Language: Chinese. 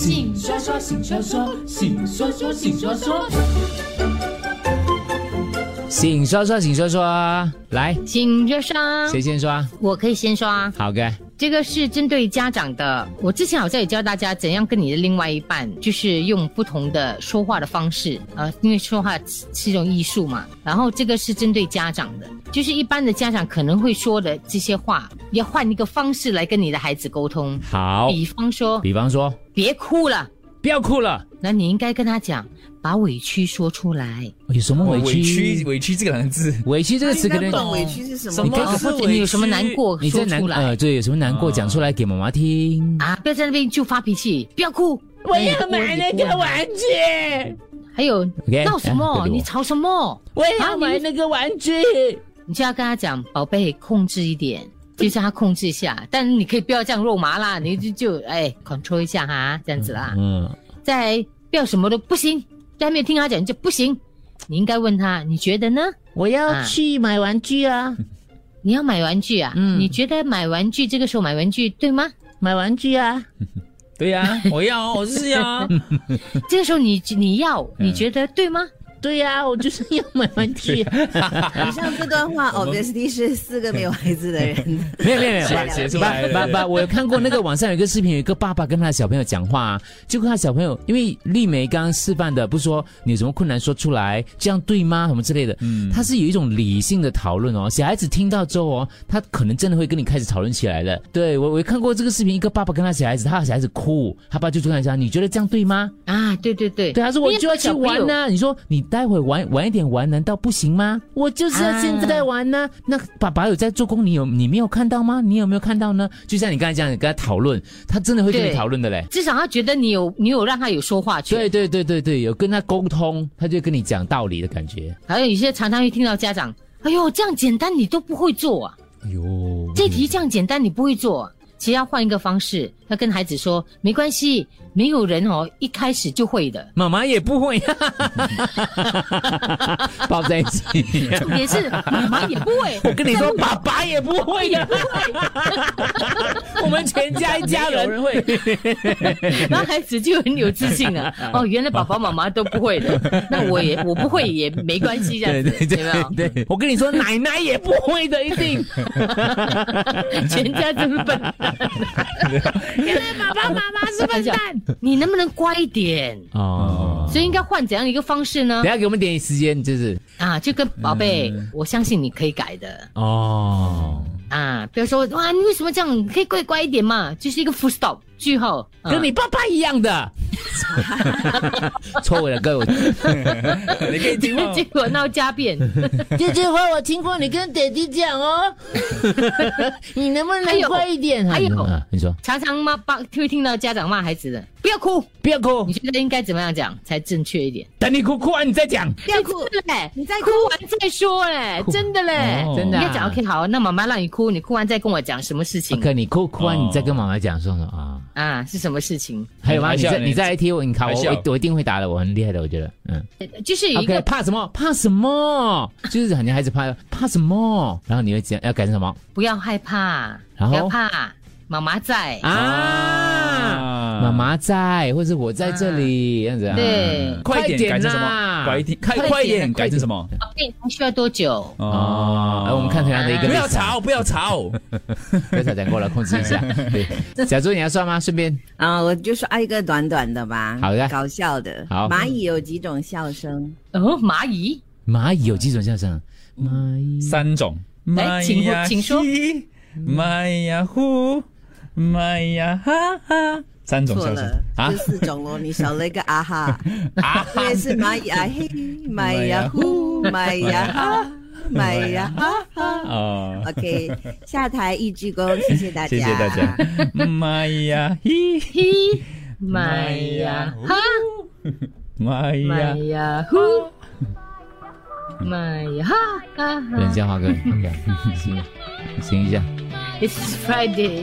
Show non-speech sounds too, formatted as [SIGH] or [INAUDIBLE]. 醒说说，醒说说，醒说说，醒说说。请说说，请说说，来，请着刷，谁先说？我可以先刷。好的，这个是针对家长的。我之前好像也教大家怎样跟你的另外一半，就是用不同的说话的方式，呃，因为说话是是一种艺术嘛。然后这个是针对家长的，就是一般的家长可能会说的这些话，要换一个方式来跟你的孩子沟通。好，比方说，比方说，别哭了，不要哭了，那你应该跟他讲，把委屈说出来。有什么哦委哦委屈屈？委屈这个两个字，委屈这个词可应该能不懂委屈是什什么么对，可或是者你有什么委屈难过你说在难出来呃，对，有什么难过啊讲出来给妈妈听。啊！不要在那边就发脾气，不要哭。哎我要买那个玩具，还有 OK，闹什啊对么？不起你吵什么？我要买那个玩具。你就要跟他讲，宝贝，控制一点，就叫他控制一下。但你可以不要这样肉麻啦， [LAUGHS] 你就就哎 control 一下哈，这样子啦。嗯，再来不要什么都不行，在没有听他讲就不行。你应该问他，你觉得呢？我要去买玩具啊，你要买玩具啊？嗯你觉得买玩具这个时候买玩具 [LAUGHS] 对吗？买玩具啊，对呀、我要啊，我就是要啊，这个时候你你要嗯你觉得对吗？对呀、我就是要买玩具。 [LAUGHS] 以上这段话 obviously 是四个没有孩子的人的。 [LAUGHS] 没有没有没有， [LAUGHS] 写爸写出来爸了爸，我有看过那个网上有一个视频，有一个爸爸跟他的小朋友讲话、啊就跟他小朋友，因为丽梅刚刚示范的，不是说你有什么困难说出来，这样对吗？什么之类的，嗯，他是有一种理性的讨论哦。小孩子听到之后哦，他可能真的会跟你开始讨论起来的。对我，我有看过这个视频，一个爸爸跟他小孩子，他的小孩子哭，他爸就突然讲，你觉得这样对吗？啊，对对对，对，他说我就要去玩呢。呐、你说你待会晚晚一点玩，难道不行吗？我就是要现在玩呐、那爸爸有在做工，你有你没有看到吗？你有没有看到呢？就像你刚才这样，你跟他讨论，他真的会跟你对讨论的嘞。至少他觉得你有你有让他有说话权。对对对对对，有跟他沟通，他就跟你讲道理的感觉。还有一些常常会听到家长，哎呦，这样简单你都不会做啊，哎呦，这题这样简单你不会做、啊。其实要换一个方式，要跟孩子说，没关系，没有人哦一开始就 [LAUGHS] 会的。妈妈也不会，啊抱在一起。重点是妈妈也不会，我跟你 [LAUGHS] 说，爸爸也不会 [LAUGHS] 呀、我们全家一家人会。那孩子就很有自 [LAUGHS] 信了。哦，原来爸爸妈妈都不会的，那我也我不会也没关系，这样子对对有没有？对对，我跟你说，奶奶也不会的，一定。全家真笨蛋，原来 [LAUGHS] 爸爸妈妈是笨蛋。你能不能乖一点？ [LAUGHS] 哦，所以应该换怎样一个方式呢等一？下给我们点时间，就是啊，就跟宝贝，嗯我相信你可以改的哦，啊。比如说，哇，你为什么这样？你可以乖乖一点嘛，就是一个 full stop 句号。啊？嗯跟你爸爸一样的。 [LAUGHS] 错误了， [LAUGHS] 各位，你可以听 [LAUGHS] 吗结果闹 [LAUGHS] 家变，这句话我听过，你跟爹地讲 [LAUGHS] 哦，你能不还能有快一点啊还？有啊你说常常妈爸会听到家长骂孩子的，不要哭。不要哭你，觉得应该怎么样讲才正确一点？等你哭哭完你再讲。不要哭嘞，你再哭哭完再说嘞，哭真的嘞哦，真的啊你要讲 OK 好，那妈妈让你哭，你哭完再跟我讲什么事情啊可你哭哭完你再跟妈妈讲说什么啊？啊？是什么事情？还有吗？还你笑再呢你再来踢我，你考我，还笑我我一定会答的，我很厉害的，我觉得。嗯就是有一，OK，个怕什么？怕什么？就是很多孩子怕怕什么？然后你会讲要改成什么不要害怕，然后不要怕，妈妈在。啊？妈妈在，或者我在这里，这样子啊。对，快一点改成什么？快一点，快快一点改成什么？宝贝，哦还需要多久？哦，来我们看同样的一个，不要，吵，不要吵，不要吵，讲过了，控制一下。 [LAUGHS] 对，小猪你要算吗？顺便，啊，我就说一个短短的吧，好的搞笑的。好蚂蚁有几种笑声？哦，蚂蚁，蚂蚁有几种笑声？蚂蚁三种。哎来请麦呀请说嘿。麦呀呼，麦呀哈哈，三种错笑声了，啊就四种咯。你少了一个啊哈，啊！因为是蚂蚁啊嘿，蚂蚁呀呼，蚂蚁呀哈，蚂蚁呀哈哈。哦， OK，下台一鞠躬，谢谢大家，谢谢大 [LAUGHS] 家。。麦呀嘿，嘿，蚂蚁啊呀，哈，哦蚂麦呀蚁啊呀，呼，蚂蚁呀哈哈人哈嗯家华哥，行行一下。 ，It's Friday。